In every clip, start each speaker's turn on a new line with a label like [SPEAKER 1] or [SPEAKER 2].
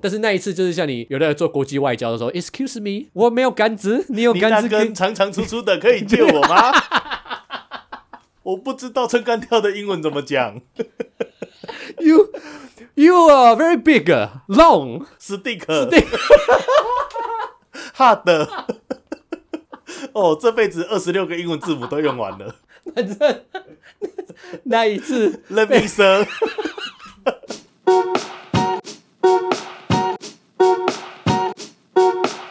[SPEAKER 1] 但是那一次就是像你有的做国际外交的时候，Excuse me，我没有杆子，你 有
[SPEAKER 2] 你那
[SPEAKER 1] 杆子
[SPEAKER 2] 根
[SPEAKER 1] 跟
[SPEAKER 2] 长长粗粗的可以借我吗？ 我不知道撑杆跳的英文怎么讲
[SPEAKER 1] you you are very big long，
[SPEAKER 2] ，stick hard。哦，这辈子二十六个英文字母都用完了。
[SPEAKER 1] 反正那一次
[SPEAKER 2] Let me sir，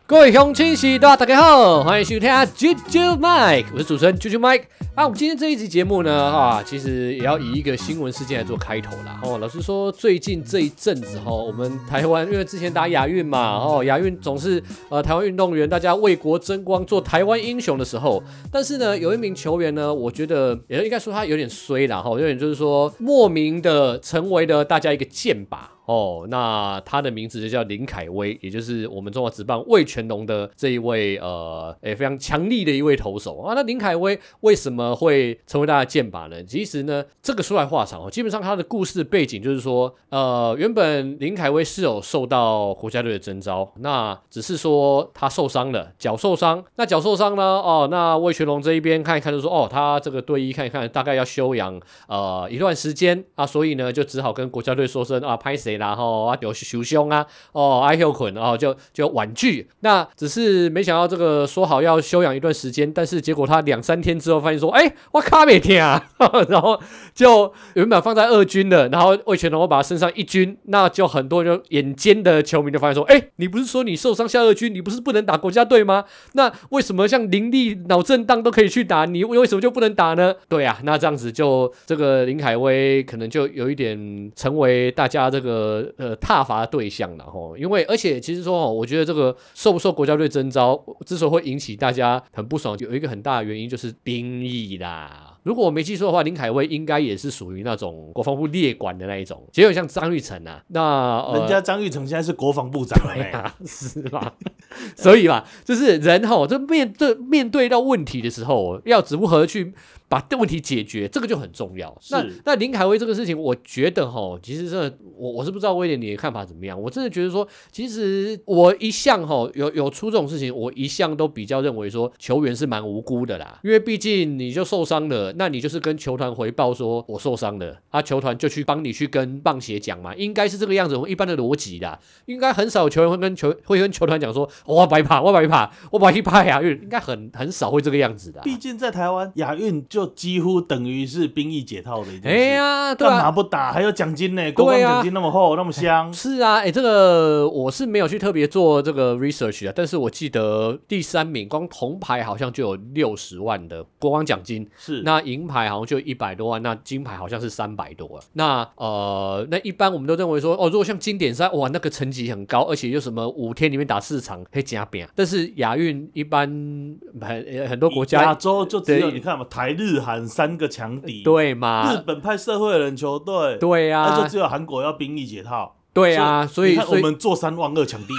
[SPEAKER 1] 各位乡亲喜大大家好，欢迎收听啾啾 Mike，我是主持人啾啾 Mike。啊，我们今天这一集节目呢，啊，其实也要以一个新闻事件来做开头啦。哦，老实说，最近这一阵子哈、哦，我们台湾因为之前打亚运嘛，哦，亚运总是呃台湾运动员大家为国争光，做台湾英雄的时候，但是呢，有一名球员呢，我觉得也应该说他有点衰啦，哈，有点就是说莫名的成为了大家一个箭靶。哦，那他的名字就叫林凯威，也就是我们中华职棒魏全龙的这一位呃，诶非常强力的一位投手啊。那林凯威为什么会成为大家的箭靶呢？其实呢，这个说来话长哦，基本上他的故事背景就是说，呃，原本林凯威是有受到国家队的征召，那只是说他受伤了，脚受伤。那脚受伤呢，哦，那魏全龙这一边看一看就说，哦，他这个队医看一看，大概要休养呃一段时间啊，所以呢就只好跟国家队说声啊拍谁啦吼啊有熊胸啊哦啊休困哦就就婉拒。那只是没想到这个说好要休养一段时间，但是结果他两三天之后发现说，哎、我卡没天啊， 然后就原本放在二军的，然后魏全龙把他升上一军，那就很多人就眼尖的球迷就发现说，哎、你不是说你受伤下二军，你不是不能打国家队吗？那为什么像林立脑震荡都可以去打，你为什么就不能打呢？对啊，那这样子就这个林凯威可能就有一点成为大家这个呃挞伐的对象了吼。因为而且其实说哦，我觉得这个受不受国家队征召，之所以会引起大家很不爽，有一个很大的原因就是兵役啦。如果我没记错的话，林凯威应该也是属于那种国防部列管的那一种，也有像张玉成啊，那、呃、
[SPEAKER 2] 人家张玉成现在是国防部长了、
[SPEAKER 1] 对
[SPEAKER 2] 欸。
[SPEAKER 1] 啊，是吧？ 所以嘛，就是人吼，这面对面对到问题的时候，要如何去把问题解决，这个就很重要。那
[SPEAKER 2] 是
[SPEAKER 1] 那林凯威这个事情，我觉得吼，其实真的，我我是不知道威廉你的看法怎么样。我真的觉得说，其实我一向吼有有出这种事情，我一向都比较认为说球员是蛮无辜的啦，因为毕竟你就受伤了，那你就是跟球团回报说我受伤了，啊，球团就去帮你去跟棒协讲嘛，应该是这个样子，我们一般的逻辑啦。应该很少有球员会跟球会跟球团讲说，哦我白爬，我白爬，我白一拍啊，因为应该很很少会这个样子的啊、
[SPEAKER 2] 毕竟在台湾亚运就几乎等于是兵役解套的一件事。
[SPEAKER 1] 哎呀，对
[SPEAKER 2] 干
[SPEAKER 1] 啊
[SPEAKER 2] 嘛，不打？还有奖金呢、国光
[SPEAKER 1] 对啊
[SPEAKER 2] 奖金那么厚，那么香。
[SPEAKER 1] 是啊，哎、这个我是没有去特别做这个 research 啊，但是我记得第三名光铜牌好像就有六十万的国光奖金，
[SPEAKER 2] 是，
[SPEAKER 1] 那银牌好像就一百多万，那金牌好像是三百多了。那呃，那一般我们都认为说，哦，如果像经典赛，哇，那个成绩很高，而且又什么五天里面打四场，可以加饼。啊但是亚运一般很很多国
[SPEAKER 2] 亚
[SPEAKER 1] 家
[SPEAKER 2] 洲就只有
[SPEAKER 1] 对
[SPEAKER 2] 你看嘛，台日韩三个强敌，
[SPEAKER 1] 对
[SPEAKER 2] 日
[SPEAKER 1] 嘛，
[SPEAKER 2] 本派社会人球队，
[SPEAKER 1] 啊对
[SPEAKER 2] 那就
[SPEAKER 1] 啊
[SPEAKER 2] 只，有韩国要兵役解套。
[SPEAKER 1] 对啊，所以
[SPEAKER 2] 你看我
[SPEAKER 1] 所以
[SPEAKER 2] 们坐三望二抢第一，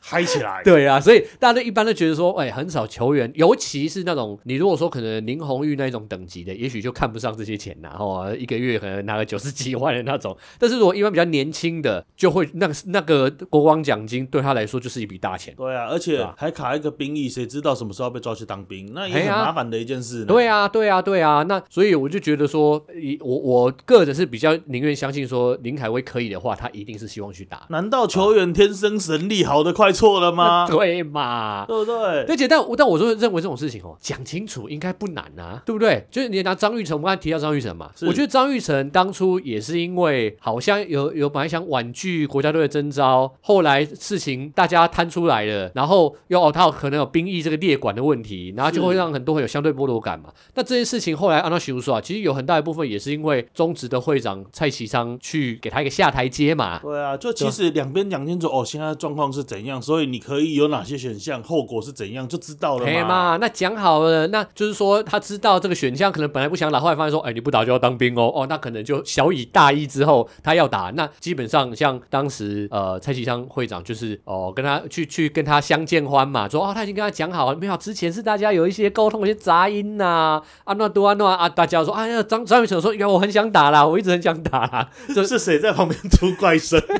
[SPEAKER 2] 嗨起来。
[SPEAKER 1] 对啊，所以大家都一般都觉得说，哎、很少球员，尤其是那种你如果说可能林红玉那一种等级的，也许就看不上这些钱啦、然后、一个月可能拿个九十几万的那种。 但是如果一般比较年轻的，就会那个那个国光奖金对他来说就是一笔大钱。
[SPEAKER 2] 对啊，
[SPEAKER 1] 对
[SPEAKER 2] 而且
[SPEAKER 1] 啊
[SPEAKER 2] 还卡一个兵役，谁知道什么时候要被抓去当兵？那也
[SPEAKER 1] 哎
[SPEAKER 2] 很
[SPEAKER 1] 呀
[SPEAKER 2] 麻烦的一件事呢。
[SPEAKER 1] 对啊，对啊，对啊。那所以我就觉得说，以我我个人是比较宁愿相信说林凯威可以的话，他一定是希望去打。
[SPEAKER 2] 难道球员天生神力好的快错了吗？
[SPEAKER 1] 对啊嘛？
[SPEAKER 2] 对不对？
[SPEAKER 1] 而且，但我但我说认为这种事情哦，讲清楚应该不难啊，对不对？就是你拿张玉成，我们刚才提到张玉成嘛，
[SPEAKER 2] 是
[SPEAKER 1] 我觉得张玉成当初也是因为好像有有本来想婉拒国家队的征召，后来事情大家摊出来了，然后又哦他有可能有兵役这个列管的问题，然后就会
[SPEAKER 2] 是
[SPEAKER 1] 让很多人有相对剥夺感嘛。那这件事情后来按照徐如说啊，其实有很大一部分也是因为中职的会长蔡其昌去给他一个下台阶嘛，
[SPEAKER 2] 对啊，就其实两边讲清楚哦，现在状况是怎样，所以你可以有哪些选项，后果是怎样，就知道了
[SPEAKER 1] 嘿
[SPEAKER 2] 嘛。
[SPEAKER 1] 嘛，那讲好了，那就是说他知道这个选项可能本来不想打，后来发现说，哎、你不打就要当兵哦，哦，那可能就小以大义之后他要打，那基本上像当时呃蔡其昌会长就是哦跟他去去跟他相见欢嘛，说哦他已经跟他讲好了，没有之前是大家有一些沟通有一些杂音呐、啊那多啊那啊大家说哎呀张张雨晨说，原来我很想打啦，我一直很想打啦，就是
[SPEAKER 2] 谁在旁边出怪声？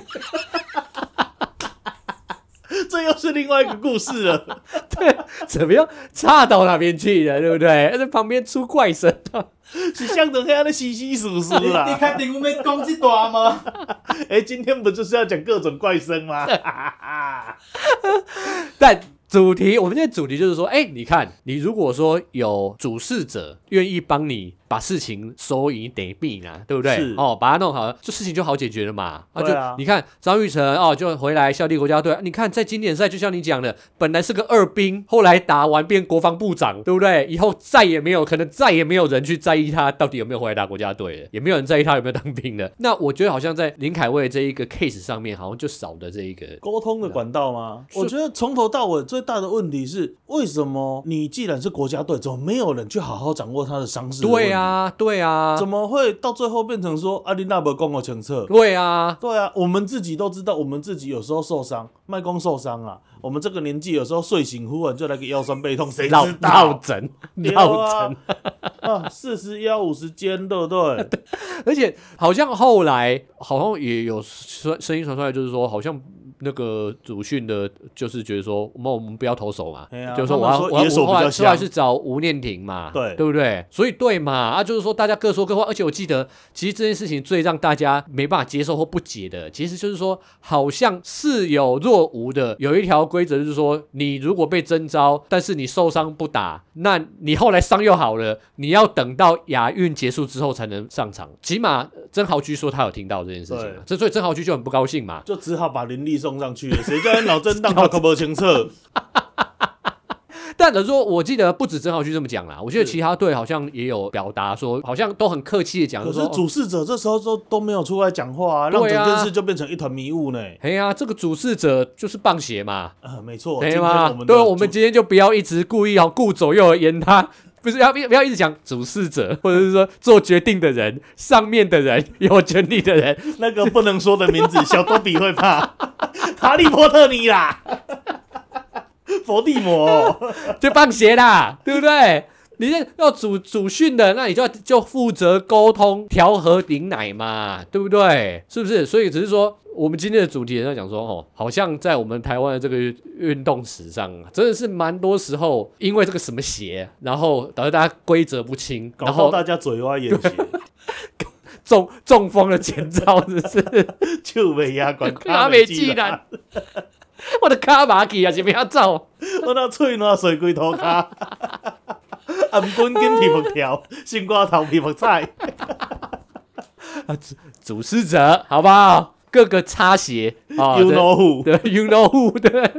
[SPEAKER 2] 这又是另外一个故事了。
[SPEAKER 1] 怎么样差到那边去了，对不对？在旁边出怪声，
[SPEAKER 2] 是向着黑暗的稀稀疏疏
[SPEAKER 3] 你 你
[SPEAKER 2] 啦。
[SPEAKER 3] 确定我们讲这段吗？
[SPEAKER 2] 啊哎、今天不就是要讲各种怪声吗？
[SPEAKER 1] 但主题，我们今天主题就是说，哎，你看，你如果说有主事者愿意帮你把事情收赢得病啊，对不对
[SPEAKER 2] 是？
[SPEAKER 1] 哦，把它弄好，这事情就好解决了嘛。啊，就
[SPEAKER 2] 对啊
[SPEAKER 1] 你看张玉成哦，就回来效力国家队。你看在经典赛，就像你讲的，本来是个二兵，后来打完变国防部长，对不对？以后再也没有可能再也没有人去在意他到底有没有回来打国家队了，也没有人在意他有没有当兵了。 那我觉得好像在林凯威这一个 case 上面，好像就少了这一个
[SPEAKER 2] 沟通的管道吗？
[SPEAKER 1] 是
[SPEAKER 2] 我觉得从头到尾最大的问题是，为什么你既然是国家队，怎么没有人去好好掌握他的伤势？
[SPEAKER 1] 对，啊，对啊，
[SPEAKER 2] 怎么会到最后变成说阿丽娜伯跟我前 策？
[SPEAKER 1] 对啊，
[SPEAKER 2] 对啊，我们自己都知道，我们自己有时候受伤，麦光受伤啊，我们这个年纪有时候睡醒忽然就来个腰酸背痛，谁知
[SPEAKER 1] 绕绕
[SPEAKER 2] 道？
[SPEAKER 1] 枕，
[SPEAKER 2] 对
[SPEAKER 1] 绕
[SPEAKER 2] 啊
[SPEAKER 1] 枕，
[SPEAKER 2] 啊，四十腰五十肩，对不对？
[SPEAKER 1] 而且好像后来好像也有声声音传出来，就是说好像那个祖训的，就是觉得说，那我们不要投手嘛，
[SPEAKER 2] 对啊
[SPEAKER 1] 就是说我
[SPEAKER 2] 他
[SPEAKER 1] 要
[SPEAKER 2] 们说
[SPEAKER 1] 我要
[SPEAKER 2] 野手
[SPEAKER 1] 我后
[SPEAKER 2] 比
[SPEAKER 1] 来
[SPEAKER 2] 较啊
[SPEAKER 1] 后来
[SPEAKER 2] 香
[SPEAKER 1] 是找吴念婷嘛，
[SPEAKER 2] 对
[SPEAKER 1] 对不对？所以对嘛，啊，就是说大家各说各话，而且我记得其实这件事情最让大家没办法接受或不解的，其实就是说好像似有若无的有一条规则，就是说你如果被征召，但是你受伤不打，那你后来伤又好了，你要等到亚运结束之后才能上场。起码呃曾豪居说他有听到这件事情啊
[SPEAKER 2] 对，
[SPEAKER 1] 这所以曾豪居就很不高兴嘛。
[SPEAKER 2] 就只好把林立送上去了，谁叫你脑震荡脑可 不清澈？
[SPEAKER 1] 但能说，我记得不止曾豪居这么讲啦，我记得
[SPEAKER 2] 是
[SPEAKER 1] 其他队好像也有表达说，好像都很客气的讲，
[SPEAKER 2] 可
[SPEAKER 1] 就是说哦
[SPEAKER 2] 主事者这时候都都没有出来讲话啊，让
[SPEAKER 1] 对啊
[SPEAKER 2] 整件事就变成一团迷雾呢。
[SPEAKER 1] 哎呀、这个主事者就是棒鞋嘛，
[SPEAKER 2] 啊，没错，
[SPEAKER 1] 对
[SPEAKER 2] 今天
[SPEAKER 1] 吗
[SPEAKER 2] 我？们
[SPEAKER 1] 对，啊
[SPEAKER 2] 的
[SPEAKER 1] 我们
[SPEAKER 2] 主
[SPEAKER 1] 今天就不要一直故意哦顾左右而言他， 不是要不要一直讲主事者，或者是说做决定的人、上面的人、有权利的人，
[SPEAKER 2] 那个不能说的名字，小多比 会怕。哈利波特你啦，伏地魔，
[SPEAKER 1] 就棒鞋啦，对不对？你这要主主训的，那你就要就负责沟通、调和、顶奶嘛，对不对？是不是？所以只是说，我们今天的主题也在讲说，哦，好像在我们台湾的这个运动史上，啊真的是蛮多时候因为这个什么鞋，然后导致大家规则不清，
[SPEAKER 2] 搞
[SPEAKER 1] 然
[SPEAKER 2] 到
[SPEAKER 1] 后
[SPEAKER 2] 大家嘴歪眼斜，
[SPEAKER 1] 中中风的前兆，是不是？
[SPEAKER 2] 就被压 管
[SPEAKER 1] 卡美
[SPEAKER 2] 美
[SPEAKER 1] 济
[SPEAKER 2] 济
[SPEAKER 1] 南
[SPEAKER 2] 啦，，
[SPEAKER 1] 我的卡马基啊，前面要照。
[SPEAKER 2] 我那喙暖水龟头卡， 颔根跟皮肤条，新瓜头皮肤菜，
[SPEAKER 1] 主事者，好不好？各个擦鞋啊
[SPEAKER 2] you know who，
[SPEAKER 1] 对，you know who，对，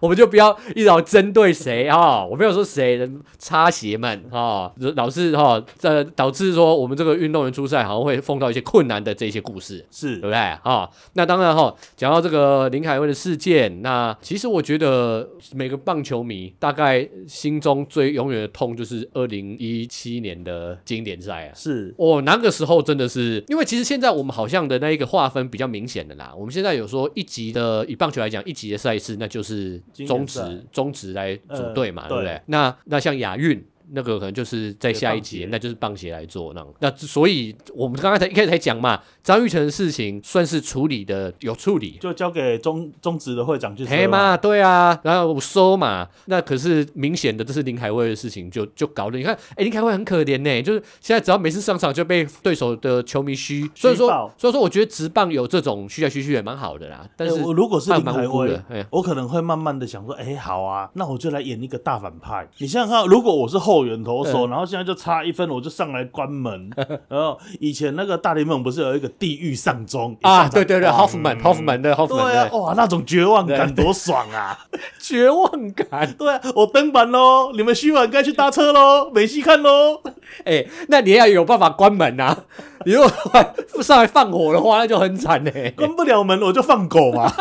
[SPEAKER 1] 我们就不要一直老针对谁啊、我没有说谁擦鞋们啊、老是哈、这导致说我们这个运动员出赛好像会碰到一些困难的这些故事。对不
[SPEAKER 2] 是
[SPEAKER 1] 对啊、那当然哈、讲到这个林凯威的事件，那其实我觉得每个棒球迷大概心中最永远的痛就是二零一七年的经典赛啊。
[SPEAKER 2] 是，
[SPEAKER 1] 哦，那个时候真的是，因为其实现在我们好像的那一个划分比较明显的啦。我们现在有说一级的，以棒球来讲，一级的赛事那就是
[SPEAKER 2] 经典
[SPEAKER 1] 中职
[SPEAKER 2] 赛
[SPEAKER 1] 中职来组队嘛，
[SPEAKER 2] 呃
[SPEAKER 1] 对不对
[SPEAKER 2] 对？
[SPEAKER 1] 那那像亚运。那个可能就是在下一
[SPEAKER 2] 对
[SPEAKER 1] 节
[SPEAKER 2] 棒，协
[SPEAKER 1] 那就是棒协来做那种。那之所以我们刚刚才一开始才讲嘛，张玉成的事情算是处理的有处理，
[SPEAKER 2] 就交给中中职的会长去
[SPEAKER 1] 嘿
[SPEAKER 2] 说吧。
[SPEAKER 1] 嘛，对啊，然后我收嘛，那可是明显的，这是林凯威的事情就，就搞得你看，哎、林凯威很可怜呢、就是现在只要每次上场就被对手的球迷嘘，所以说
[SPEAKER 2] 爆，
[SPEAKER 1] 所以说，我觉得直棒有这种嘘来嘘去也蛮好的啦，但是
[SPEAKER 2] 欸我如果是
[SPEAKER 1] 他也
[SPEAKER 2] 林
[SPEAKER 1] 蛮
[SPEAKER 2] 凯
[SPEAKER 1] 无辜
[SPEAKER 2] 威
[SPEAKER 1] 的，，哎、
[SPEAKER 2] 我可能会慢慢的想说，哎、好啊，那我就来演一个大反派。你想想看，如果我是后援投手，然后现在就差一分，我就上来 关门。然后以前那个大联盟不是有一个地狱上钟
[SPEAKER 1] 啊，对对对
[SPEAKER 2] 好，
[SPEAKER 1] ，Hoffman，Hoffman 的 Hoffman
[SPEAKER 2] 嗯对啊，
[SPEAKER 1] 的
[SPEAKER 2] 哇，那种绝望感
[SPEAKER 1] 对
[SPEAKER 2] 多爽啊！
[SPEAKER 1] 绝望感，
[SPEAKER 2] 对啊，我登板喽，你们虚完该去搭车喽，没戏看喽。
[SPEAKER 1] 哎、那你也要有办法关门啊，你如果 上来放火的话，那就很惨嘞、
[SPEAKER 2] 关不了门，我就放狗嘛。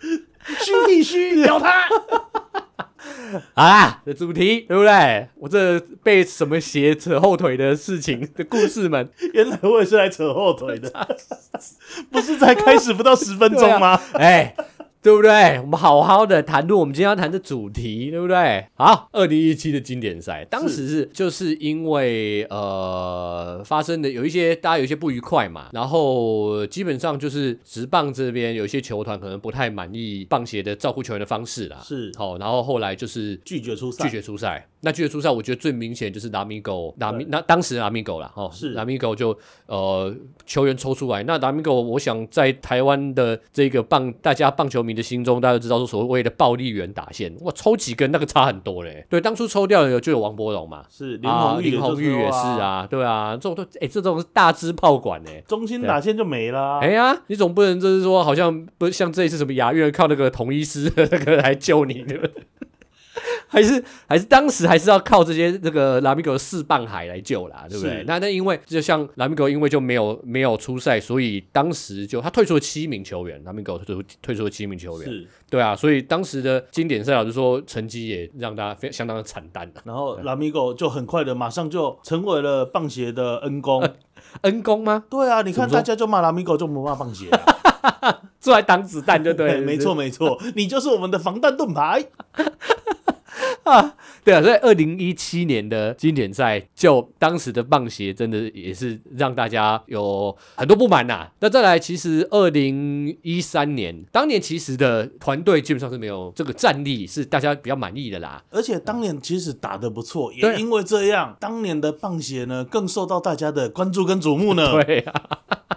[SPEAKER 2] 虚必 须咬他。
[SPEAKER 1] 好啦，这主题对不对？我这被什么鞋扯后腿的事情 的故事们，
[SPEAKER 2] 原来我也 是来扯后腿的，不是才开始不到十分钟吗？
[SPEAKER 1] 哎、对不对？我们好好的谈论我们今天要谈的主题，对不对？好，二零一七的经典赛，当时是就是因为呃发生的有一些大家有一些不愉快嘛，然后基本上就是职棒这边有一些球团可能不太满意棒协的照顾球员的方式啦，
[SPEAKER 2] 是
[SPEAKER 1] 好、然后后来就是
[SPEAKER 2] 拒绝出赛，
[SPEAKER 1] 拒绝出赛。那拒绝出赛，我觉得最明显就是拉米狗，拉米那当时拉米狗啦，哦，
[SPEAKER 2] 是
[SPEAKER 1] 拉米狗就呃球员抽出来。那拉米狗，我想在台湾的这个棒大家棒球迷的心中，大家都知道说所谓的暴力员打线，哇，抽几根那个差很多嘞。对，当初抽掉的就有王柏荣嘛，
[SPEAKER 2] 是林
[SPEAKER 1] 啊，
[SPEAKER 2] 红玉、
[SPEAKER 1] 林红玉也是，啊，对啊，这种都哎、这种是大支炮管哎、
[SPEAKER 2] 中心打线就没啦。
[SPEAKER 1] 哎呀，你总不能就是说，好像不是像这一次什么雅苑靠那个同医师的那个来救你，对不对？ 还是还是当时还是要靠这些这个拉米狗的四棒海来救啦，对不对
[SPEAKER 2] 是？
[SPEAKER 1] 那那因为就像拉米狗因为就没有没有出赛，所以当时就他退出了七名球员，拉米狗退出退出了七名球员，
[SPEAKER 2] 是，
[SPEAKER 1] 对啊，所以当时的经典赛老师说成绩也让大家非相当的惨淡啊，
[SPEAKER 2] 然后拉米狗就很快的马上就成为了棒协的恩公。
[SPEAKER 1] 恩公吗？
[SPEAKER 2] 对啊，你
[SPEAKER 1] 呃怎
[SPEAKER 2] 看
[SPEAKER 1] 么说
[SPEAKER 2] 大家就骂拉米狗，就不骂棒协啊。
[SPEAKER 1] 出来挡子弹就 对了，
[SPEAKER 2] 没
[SPEAKER 1] 是
[SPEAKER 2] 错没错，你就是我们的防弹盾牌。
[SPEAKER 1] 对啊，所以二零一七年的经典赛，就当时的棒协真的也是让大家有很多不满呐、那再来，其实二零一三年，当年其实的团队基本上是没有这个战力是大家比较满意的啦。
[SPEAKER 2] 而且当年其实打得不错，也
[SPEAKER 1] 对
[SPEAKER 2] 因为这样，当年的棒协呢更受到大家的关注跟瞩目呢。
[SPEAKER 1] 对啊，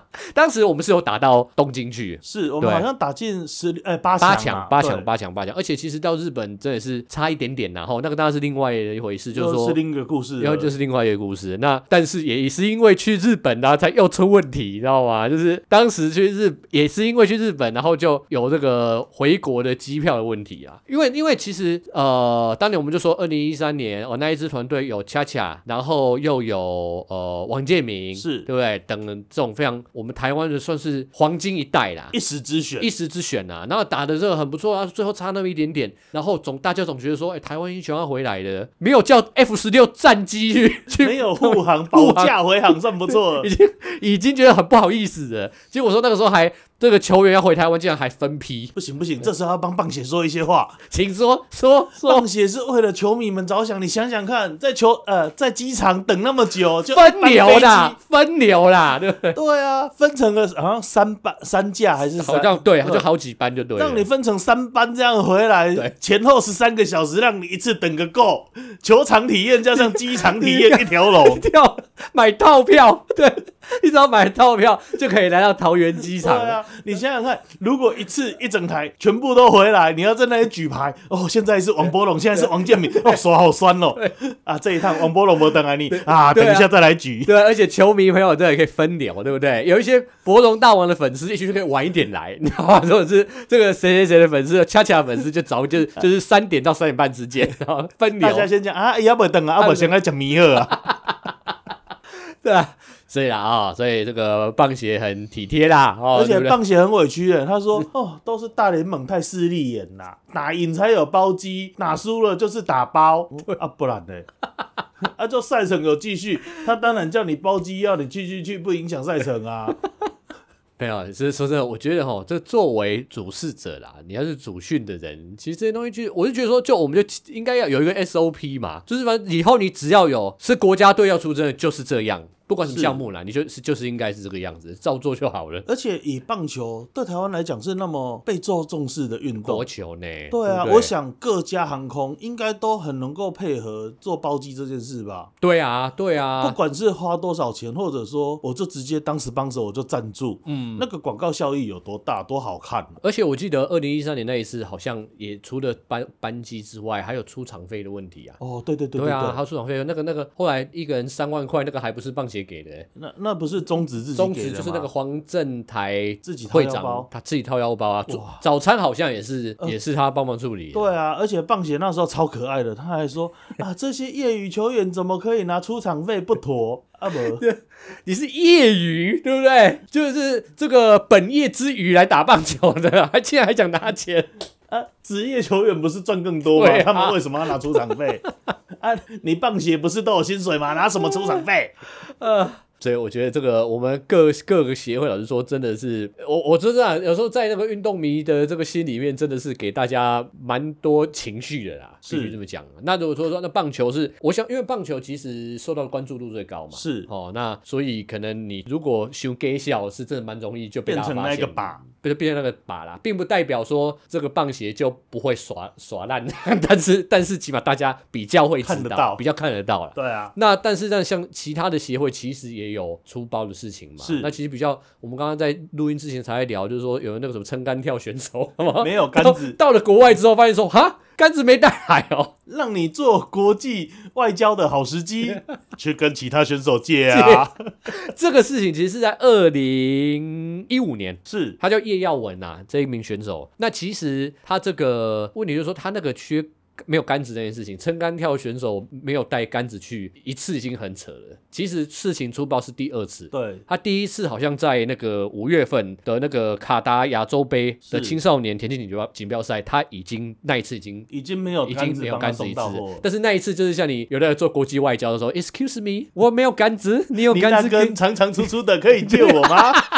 [SPEAKER 1] 当时我们是有打到东京去。
[SPEAKER 2] 是我们
[SPEAKER 1] 对
[SPEAKER 2] 好像打进十呃八
[SPEAKER 1] 八
[SPEAKER 2] 强嘛
[SPEAKER 1] 强，八
[SPEAKER 2] 对
[SPEAKER 1] 强，八强，八强，而且其实到日本真的是差一点点呐，吼，那个当然是另外一回事，就是
[SPEAKER 2] 又
[SPEAKER 1] 说
[SPEAKER 2] 是另一个故事了，
[SPEAKER 1] 然后就是另外一个故事。那但是也是因为去日本然后才又出问题，你知道吗？就是当时去日也是因为去日本，然后就有这个回国的机票的问题啊。因为因为其实呃，当年我们就说二零一三年哦，那一支团队有恰恰，然后又有呃王建民，
[SPEAKER 2] 是
[SPEAKER 1] 对不对？等这种非常我们台湾的算是黄金一代啦。
[SPEAKER 2] 一时之选
[SPEAKER 1] 一。时之选呐、啊，然后打的这个很不错啊，最后差那么一点点，然后总大家总觉得说，哎、台湾英雄要回来了，没有叫 F 十六战机去去
[SPEAKER 2] 没有护航，
[SPEAKER 1] 护
[SPEAKER 2] 保
[SPEAKER 1] 航
[SPEAKER 2] 驾回航算不错了
[SPEAKER 1] 已。经 已经觉得很不好意思了。结果说那个时候还这个球员要回台湾，竟然还分批，
[SPEAKER 2] 不行不行，这时候要帮棒协说一些话。
[SPEAKER 1] 请说说说
[SPEAKER 2] 棒协是为了球迷们着想，你想想看，在球呃在机场等那么久，就
[SPEAKER 1] 分流啦
[SPEAKER 2] 的，，
[SPEAKER 1] 分流 啦，对不对？
[SPEAKER 2] 对啊，分成了好像三班三架还是
[SPEAKER 1] 好
[SPEAKER 2] 三，
[SPEAKER 1] 像对，就好几班就对了。
[SPEAKER 2] 让你分成三班这样回来
[SPEAKER 1] 对，，
[SPEAKER 2] 前后十三个小时，让你一次等个够。球场体验加上机场体验一条龙
[SPEAKER 1] 票买套票，对，你只要买套票就可以来到桃园 机
[SPEAKER 2] 对
[SPEAKER 1] 场。
[SPEAKER 2] 啊，你想想看，如果一次一整台全部都回来，你要在那里举牌哦，现在是王波龙，现在是王建民，哦，手好酸哦。啊，这一趟王波龙没等来你啊，
[SPEAKER 1] 对啊
[SPEAKER 2] 等一下再来举。
[SPEAKER 1] 对，而且球迷朋友这也可以分流，对不对？有一些博龙大王的粉丝，也许就可以晚一点来，你知道吗？如果 是这个谁谁谁的粉丝，恰恰的粉丝就早就是就是三点到三点半之间，然后分流
[SPEAKER 2] 大。家先讲啊，要不等啊，要不先来讲米尔啊。
[SPEAKER 1] 对啊，所以啦啊、所以这个棒协很体贴啦，哦，
[SPEAKER 2] 而且
[SPEAKER 1] 对不对
[SPEAKER 2] 棒协很委屈的，他说：“ 哦，都是大联盟太势利眼啦，打赢才有包机，打输了就是打包
[SPEAKER 1] 嗯
[SPEAKER 2] 啊，不然呢？ 啊，就赛程有继续，他当然叫你包机，要你继续去，不影响赛程 啊。
[SPEAKER 1] 没有，就是说真的，我觉得哈，这作为主事者啦，你要是主训的人，其实这些东西就，我是觉得说，就我们就应该要有一个 SOP 嘛，就是反正以后你只要有是国家队要出征的，就是这样，不管什么
[SPEAKER 2] 是
[SPEAKER 1] 项目啦，你就是就是应该是这个样子，照做就好了。
[SPEAKER 2] 而且以棒球对台湾来讲是那么备受重视的运
[SPEAKER 1] 国
[SPEAKER 2] 动，
[SPEAKER 1] 球呢？
[SPEAKER 2] 对啊，
[SPEAKER 1] 不对
[SPEAKER 2] 我想各家航空应该都很能够配合做包机这件事吧。”
[SPEAKER 1] 对啊，对
[SPEAKER 2] 不
[SPEAKER 1] 啊，
[SPEAKER 2] 管是花多少钱，或者说我就直接当时帮手我就赞助，嗯，那个广告效益有多大，多好看啊、
[SPEAKER 1] 而且我记得二零一三年那一次，好像也除了班班机之外，还有出场费的问题啊。
[SPEAKER 2] 哦，对对对
[SPEAKER 1] 对
[SPEAKER 2] 对
[SPEAKER 1] 啊，还有出场费，那个那个，后来一个人三万块，那个还不是棒协给的、欸
[SPEAKER 2] 那那不是中职自己
[SPEAKER 1] 宗
[SPEAKER 2] 给
[SPEAKER 1] 旨
[SPEAKER 2] 的
[SPEAKER 1] 就是
[SPEAKER 2] 吗
[SPEAKER 1] 那个黄正台
[SPEAKER 2] 自己掏
[SPEAKER 1] 会
[SPEAKER 2] 腰
[SPEAKER 1] 长
[SPEAKER 2] 包嗯
[SPEAKER 1] 他自己掏腰包啊，早早餐好像也是也是他帮忙处理的。
[SPEAKER 2] 对啊，而且棒协那时候超可爱的，他还说啊，这些业余球员怎么可以拿出场费不妥啊不？
[SPEAKER 1] 你是业余对不对？就是这个本业之余来打棒球的，还竟然还想拿钱，
[SPEAKER 2] 啊，职业球员不是赚更多吗？
[SPEAKER 1] 对啊
[SPEAKER 2] 他们为什么要拿出场费？啊，你棒协不是都有薪水吗？拿什么出场费？
[SPEAKER 1] 呃，所以我觉得这个我们各各个协会，老实说，真的是我我真的啊有时候在那个运动迷的这个心里面，真的是给大家蛮多情绪的啦，
[SPEAKER 2] 是
[SPEAKER 1] 必须这么讲。啊那如果说说那棒球是，我想因为棒球其实受到的关注度最高嘛，
[SPEAKER 2] 是
[SPEAKER 1] 哦，那所以可能你如果修 gay 笑，是真的蛮容易就被
[SPEAKER 2] 变
[SPEAKER 1] 大家
[SPEAKER 2] 成
[SPEAKER 1] 发
[SPEAKER 2] 那
[SPEAKER 1] 现
[SPEAKER 2] 个，靶，
[SPEAKER 1] 不是变成那个靶啦，并不代表说这个棒鞋就不会耍耍烂， 但是但是起码大家比较会知
[SPEAKER 2] 看得
[SPEAKER 1] 道
[SPEAKER 2] 到
[SPEAKER 1] 比较看得到啦。
[SPEAKER 2] 对啊，
[SPEAKER 1] 那但是像像其他的协会，其实也有出包的事情嘛。
[SPEAKER 2] 是
[SPEAKER 1] 那其实比较，我们刚刚在录音之前才在聊，就是说有那个什么撑杆跳选手， 好吗
[SPEAKER 2] 没有杆
[SPEAKER 1] 到
[SPEAKER 2] 子
[SPEAKER 1] 到了国外之后发现说，哈，杆子没带来哦，
[SPEAKER 2] 让你做国际外交的好时机，去跟其他选手借 啊，
[SPEAKER 1] 这个事情其实是在二零一五年。
[SPEAKER 2] 是
[SPEAKER 1] 他叫叶耀文呐、啊这一名选手。那其实他这个问题就是说，他那个缺没有杆子这件事情，撑杆跳选手没有带杆子去一次已经很扯了。其实事情出包是第二次，
[SPEAKER 2] 对，
[SPEAKER 1] 他第一次好像在那个五月份的那个卡达亚洲杯的
[SPEAKER 2] 是
[SPEAKER 1] 青少年田径锦标锦标赛，他已经那一次已经。
[SPEAKER 2] 已经没有
[SPEAKER 1] 已
[SPEAKER 2] 杆
[SPEAKER 1] 经
[SPEAKER 2] 子
[SPEAKER 1] 没有
[SPEAKER 2] 帮他
[SPEAKER 1] 杆子一
[SPEAKER 2] 送
[SPEAKER 1] 次
[SPEAKER 2] 到货，，
[SPEAKER 1] 但是那一次就是像你有的人做国际外交的时候，Excuse me，我没有杆子，你 有
[SPEAKER 2] 你
[SPEAKER 1] 杆
[SPEAKER 2] 那
[SPEAKER 1] 子可以
[SPEAKER 2] 根长长粗粗的可以借我吗？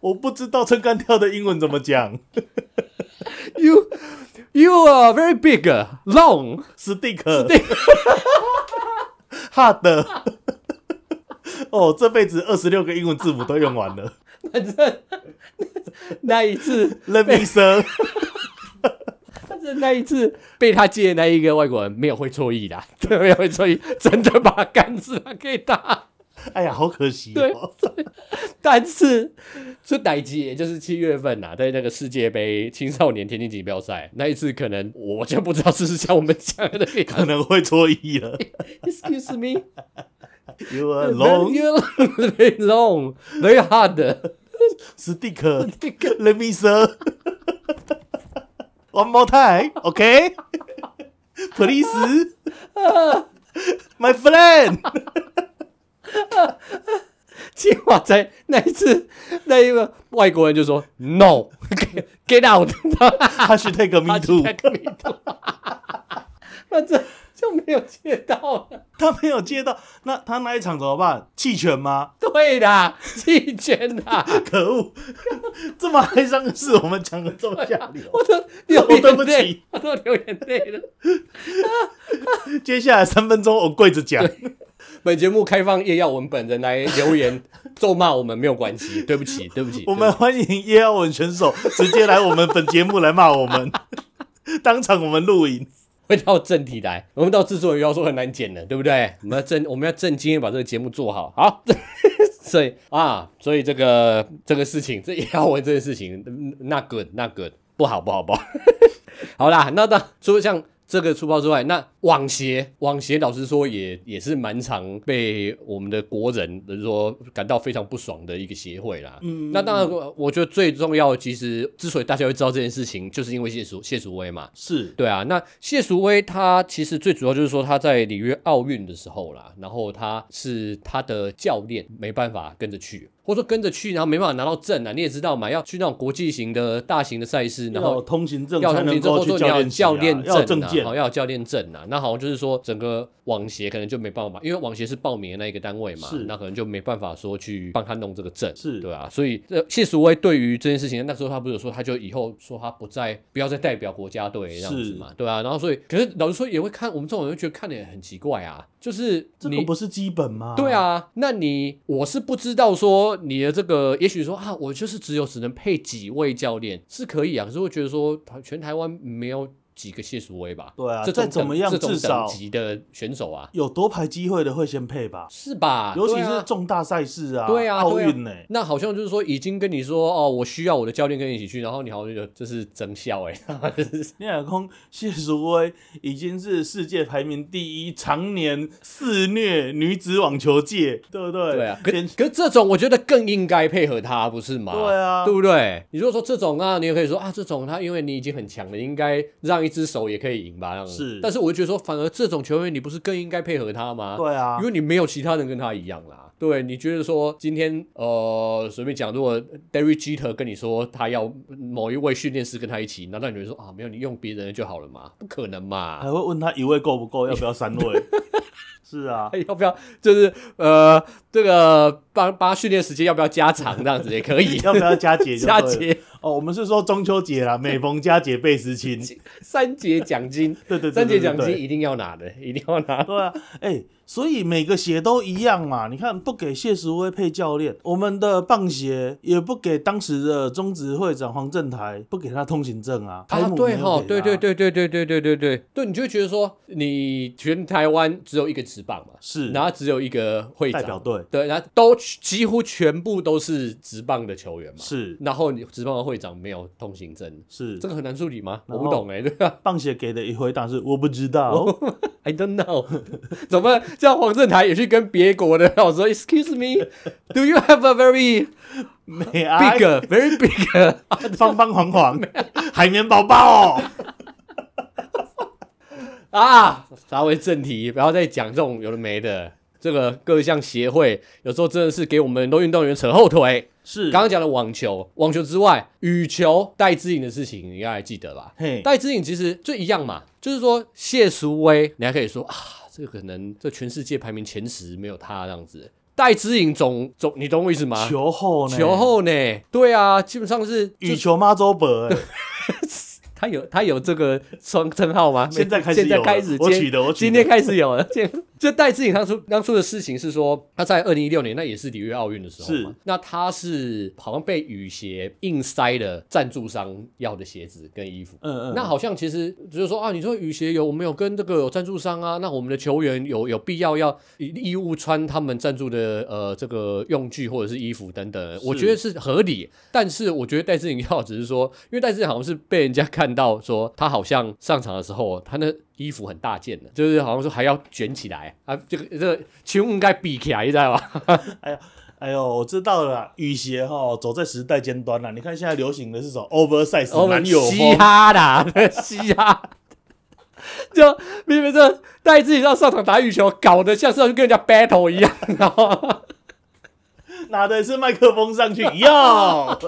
[SPEAKER 2] 我不知道撑杆跳的英文怎么讲
[SPEAKER 1] You you are very big, long，
[SPEAKER 2] ，stick hard。哦，这辈子二十六个英文字母都用完了。
[SPEAKER 1] 反正那一次
[SPEAKER 2] Let me sir，
[SPEAKER 1] 但是那一次被他借的那一个外国人没有会错意啦， 对，没有会错意，真的把杆子拿给他。
[SPEAKER 2] 哎呀，好可惜哦。
[SPEAKER 1] 但是这代机也就是七月份呐、啊，在那个世界杯青少年田径锦标赛那一次，可能我就不知道是不是像我们讲的那
[SPEAKER 2] 可
[SPEAKER 1] 样。
[SPEAKER 2] 能会错意了。
[SPEAKER 1] Excuse me,
[SPEAKER 2] You are
[SPEAKER 1] very-
[SPEAKER 2] long
[SPEAKER 1] you're very long, very hard.
[SPEAKER 2] stick. Let me sir. One more time, OK? Please, my friend.
[SPEAKER 1] 结果在那一次，那一个外国人就说 “No, get out”，
[SPEAKER 2] Hashtag
[SPEAKER 1] 他
[SPEAKER 2] me too.
[SPEAKER 1] 那个密度， 那这就没有借到了。
[SPEAKER 2] 他没有接到，那他那一场怎么办？弃权吗？
[SPEAKER 1] 对啦，弃权啦。
[SPEAKER 2] 可恶！ 这么哀伤的事，我们讲的这么下流。
[SPEAKER 1] 我都流
[SPEAKER 2] 哦 我对
[SPEAKER 1] 眼
[SPEAKER 2] 不
[SPEAKER 1] 泪
[SPEAKER 2] 起，
[SPEAKER 1] 我都流眼泪了。
[SPEAKER 2] 接下来三分钟，我跪着讲。
[SPEAKER 1] 本节目开放叶耀文本人来留言咒骂我们没有关系，对不起，对不起。
[SPEAKER 2] 我们欢迎叶耀文选手直接来我们本节目来骂我们， 当场我们录影。
[SPEAKER 1] 对不起回到正题来，我们到制作人要说很难剪的，对不对？我们要正，我们要正经地把这个节目做好。好， 所以啊，所以这个这个事情，这叶耀文这个事情嗯，not good，not good，不好，不好，不好。 好啦，那那除了像这个粗暴之外，那网鞋，网鞋老实说也也是蛮常被我们的国人，就是说感到非常不爽的一个协会啦。嗯，那当然，我我觉得最重要，其实之所以大家会知道这件事情，就是因为谢淑谢淑薇嘛。
[SPEAKER 2] 是
[SPEAKER 1] 对啊，那谢淑薇她其实最主要就是说她在里约奥运的时候啦，然后她是她的教练没办法跟着去，或者说跟着去，然后没办法拿到证啊，你也知道嘛，要去那种国际型的大型的赛事，然
[SPEAKER 2] 要
[SPEAKER 1] 后
[SPEAKER 2] 有通行证
[SPEAKER 1] 要
[SPEAKER 2] 才
[SPEAKER 1] 通
[SPEAKER 2] 能
[SPEAKER 1] 行证，
[SPEAKER 2] 够
[SPEAKER 1] 或
[SPEAKER 2] 去
[SPEAKER 1] 者说你要有
[SPEAKER 2] 练
[SPEAKER 1] 教练
[SPEAKER 2] 教要有
[SPEAKER 1] 证
[SPEAKER 2] 证
[SPEAKER 1] 啊，
[SPEAKER 2] 件
[SPEAKER 1] 好，要有教练证啊。那好像就是说，整个网协可能就没办法嘛，因为网协是报名的那一个单位嘛
[SPEAKER 2] 是，
[SPEAKER 1] 那可能就没办法说去帮他弄这个证，
[SPEAKER 2] 是
[SPEAKER 1] 对啊。所以呃谢淑薇对于这件事情，那时候他不是有说，他就以后说他不再不要再代表国家队这样子
[SPEAKER 2] 是
[SPEAKER 1] 嘛，对啊。然后所以，可是老实说也会看我们这种人就觉得看的也很奇怪啊，就是
[SPEAKER 2] 这
[SPEAKER 1] 你
[SPEAKER 2] 个不是基本吗？
[SPEAKER 1] 对，啊，那你我是不知道说你的这个，也许说啊，我就是只有只能配几位教练是可以啊，可是我觉得说全台湾没有几个谢淑薇吧，
[SPEAKER 2] 对啊
[SPEAKER 1] 这种
[SPEAKER 2] 再怎么
[SPEAKER 1] 等
[SPEAKER 2] 样
[SPEAKER 1] 这种
[SPEAKER 2] 至
[SPEAKER 1] 等
[SPEAKER 2] 少
[SPEAKER 1] 级的选手啊，
[SPEAKER 2] 有夺牌机会的会先配吧，
[SPEAKER 1] 是吧？
[SPEAKER 2] 尤其
[SPEAKER 1] 对
[SPEAKER 2] 是
[SPEAKER 1] 啊
[SPEAKER 2] 重大赛事啊，
[SPEAKER 1] 对啊，
[SPEAKER 2] 奥
[SPEAKER 1] 对啊
[SPEAKER 2] 运呢，
[SPEAKER 1] 那好像就是说已经跟你说哦，我需要我的教练跟你一起去，然后你好像就就是真笑哎、欸，
[SPEAKER 2] 聂海空谢淑薇已经是世界排名第一，常年肆虐女子网球界，对不对？
[SPEAKER 1] 对啊，可
[SPEAKER 2] 简
[SPEAKER 1] 可这种我觉得更应该配合他，不是吗？
[SPEAKER 2] 对啊
[SPEAKER 1] 对不对？你如果说这种啊，你也可以说啊，这种他因为你已经很强了，应该让一只手也可以赢吧？这样子
[SPEAKER 2] 是
[SPEAKER 1] 但是我就觉得说，反而这种球员你不是更应该配合他吗？、
[SPEAKER 2] 对啊
[SPEAKER 1] 因，为你没有其他人跟他一样啦。对，你觉得说今天呃随便讲，如果 Derry Jeter 跟你说他要某一位训练师跟他一起，难道你会说啊没有你用别人的就好了嘛？不可能嘛
[SPEAKER 2] 还！会问他一位够不够，要不要三位？是啊，
[SPEAKER 1] 要不要就是呃这个帮帮他训练时间要不要加长这样子也 可以
[SPEAKER 2] 要不要加 节？
[SPEAKER 1] 加节
[SPEAKER 2] 哦，我们是说中秋节啦，每逢佳节倍 思亲。
[SPEAKER 1] 三节奖金，
[SPEAKER 2] 对对对对
[SPEAKER 1] 三节奖
[SPEAKER 2] 对
[SPEAKER 1] 金
[SPEAKER 2] 对
[SPEAKER 1] 一定要拿的， 一定要拿。
[SPEAKER 2] 对啊，哎、所以每个鞋都一样嘛。你看，不给谢淑薇配教练，我们的棒协也不给当时的中职会长黄振台，不给他通行证啊。 开
[SPEAKER 1] 啊，
[SPEAKER 2] 幕
[SPEAKER 1] 对
[SPEAKER 2] 没有
[SPEAKER 1] 哈，
[SPEAKER 2] 给
[SPEAKER 1] 对对
[SPEAKER 2] 他，
[SPEAKER 1] 对对对对对对对对，你就会觉得说，你全台湾只有一个职棒嘛，
[SPEAKER 2] 是
[SPEAKER 1] 然后只有一个会
[SPEAKER 2] 代表
[SPEAKER 1] 长，
[SPEAKER 2] 队
[SPEAKER 1] 对，然后都几乎全部都是职棒的球员嘛，
[SPEAKER 2] 是
[SPEAKER 1] 然后你职棒的会长没有通行证，
[SPEAKER 2] 是
[SPEAKER 1] 这个很难处理吗？我
[SPEAKER 2] 然
[SPEAKER 1] 不
[SPEAKER 2] 后
[SPEAKER 1] 懂哎、对 吧
[SPEAKER 2] 棒协给的一回答是我不知道，
[SPEAKER 1] 哦？I don't know，怎 么这样？黄振台也去跟别国的，我说 Excuse me，Do you have a very
[SPEAKER 2] 美啊
[SPEAKER 1] big, very big
[SPEAKER 2] 方方黄黄海绵宝 宝哦。
[SPEAKER 1] 啊，稍微正题，不要再讲这种有的没的。这个各项协会有时候真的是给我们很多运动员扯后腿。
[SPEAKER 2] 是，
[SPEAKER 1] 刚刚讲的网球，网球之外，羽球戴资颖的事情，你应该还记得吧？
[SPEAKER 2] 嘿，
[SPEAKER 1] 戴资颖其实就一样嘛，就是说谢淑薇，你还可以说啊，这可能这全世界排名前十没有她这样子。戴资颖总总，你懂我意思吗？
[SPEAKER 2] 球后呢？
[SPEAKER 1] 球后呢？对啊，基本上是
[SPEAKER 2] 羽
[SPEAKER 1] 就
[SPEAKER 2] 球妈周伯、哎
[SPEAKER 1] 他有他有这个称称号吗？
[SPEAKER 2] 现在开始
[SPEAKER 1] 现
[SPEAKER 2] 有了
[SPEAKER 1] 在开始，
[SPEAKER 2] 我取的我取的
[SPEAKER 1] 今天开始有了。这就戴志颖当初当初的事情是说，他在二零一六年那也是里约奥运的时候嘛
[SPEAKER 2] 是，
[SPEAKER 1] 那他是好像被雨鞋硬塞了赞助商要的鞋子跟衣服。
[SPEAKER 2] 嗯嗯，
[SPEAKER 1] 那好像其实就是说啊，你说雨鞋有我们有跟这个有赞助商啊，那我们的球员有有必要要义义务穿他们赞助的呃这个用具或者是衣服等等，我
[SPEAKER 2] 是
[SPEAKER 1] 觉得是合理。但是我觉得戴志颖要只是说，因为戴志颖好像是被人家看到说他好像上场的时候他那。衣服很大件的，就是好像说还要卷起来啊，这个这个胸应该比起来，你知道吧？
[SPEAKER 2] 哎呦，我知道了啦，雨鞋哈，走在时代尖端了。你看现在流行的是什么 oversize 男友
[SPEAKER 1] 嘻
[SPEAKER 2] 风，
[SPEAKER 1] 哈啦，嘻哈。就明明这带自己到上场打羽球，搞得像是要去跟人家 battle 一样， 然后
[SPEAKER 2] 拿的是麦克风 上去，哟，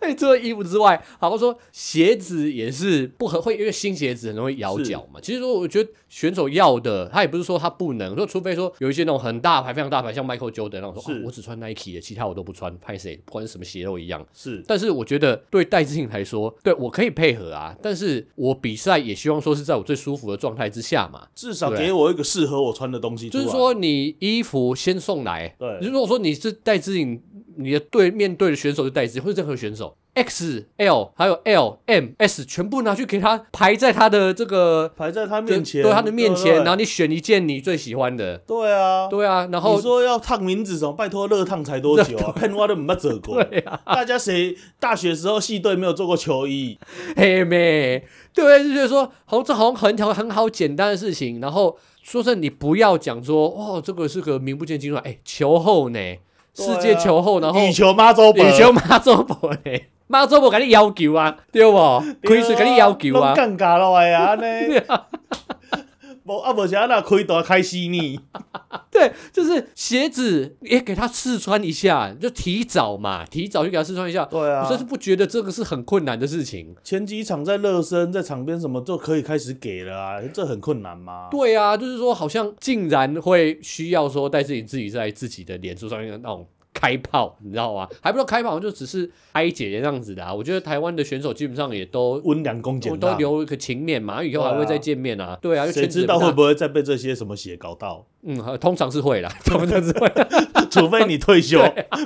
[SPEAKER 1] 哎除了衣服之外，好像说鞋子也是不合，会因为新鞋子很容易咬脚嘛。其实说，我觉得选手要的，他也不是说他不能，说除非说有一些那种很大牌、非常大牌，像 Michael Jordan 那种说，
[SPEAKER 2] 是
[SPEAKER 1] 哦我只穿 Nike 的，其他我都不穿，拍谁，不管是什么鞋都一样。
[SPEAKER 2] 是
[SPEAKER 1] 但是我觉得对戴志颖来说，对我可以配合啊，但是我比赛也希望说是在我最舒服的状态之下嘛。
[SPEAKER 2] 至少
[SPEAKER 1] 对
[SPEAKER 2] 给我一个适合我穿的东西
[SPEAKER 1] 就
[SPEAKER 2] 出来。
[SPEAKER 1] 是说，你衣服先送来。
[SPEAKER 2] 啊对
[SPEAKER 1] 如果说你是戴志颖，你的对面对的选手是戴志颖，或者任何选手，X、L 还有 L、M、S 全部拿去给他排在他的这个
[SPEAKER 2] 排在他面前，
[SPEAKER 1] 对他的面前，
[SPEAKER 2] 对不对
[SPEAKER 1] 然后你选一件你最喜欢的。
[SPEAKER 2] 对啊，
[SPEAKER 1] 对啊，然后
[SPEAKER 2] 你说要烫名字什么？拜托，热烫才多久啊？喷我都没折过。
[SPEAKER 1] 对啊，
[SPEAKER 2] 大家谁大学时候系队没有做过球衣？
[SPEAKER 1] 嘿妹，对，就觉得说，好，这好像很条很好简单的事情。然后说真的，你不要讲说，哦，这个是个名不见经传，哎，球后呢，世界球后，然后
[SPEAKER 2] 啊羽球啊妈周
[SPEAKER 1] 羽球马祖博呢，马祖博给你要求啊，对不？开始给你要求啊，
[SPEAKER 2] 尴尬了 呀，安尼。无啊，无啥那开大开始 呢？
[SPEAKER 1] 对，就是鞋子也给他试穿一下，就提早嘛，提早就给他试穿一下。
[SPEAKER 2] 对啊
[SPEAKER 1] 我真是不觉得这个是很困难的事情。
[SPEAKER 2] 前几场在热身，在场边什么就可以开始给了啊，这很困难吗？
[SPEAKER 1] 对啊，就是说好像竟然会需要说带自己自己在自己的脸书上面那种开炮，你知道吗？还不知道开炮，就只是哀姐姐这样子的啊。我觉得台湾的选手基本上也都
[SPEAKER 2] 温良恭俭
[SPEAKER 1] 都
[SPEAKER 2] 让，
[SPEAKER 1] 留一个情面嘛，以后还会再见面啊。对啊，又
[SPEAKER 2] 谁
[SPEAKER 1] 圈子
[SPEAKER 2] 知道
[SPEAKER 1] 不大
[SPEAKER 2] 会不会再被这些什么血搞到？
[SPEAKER 1] 嗯，好通常是会啦， 通常是会。
[SPEAKER 2] 除非你退休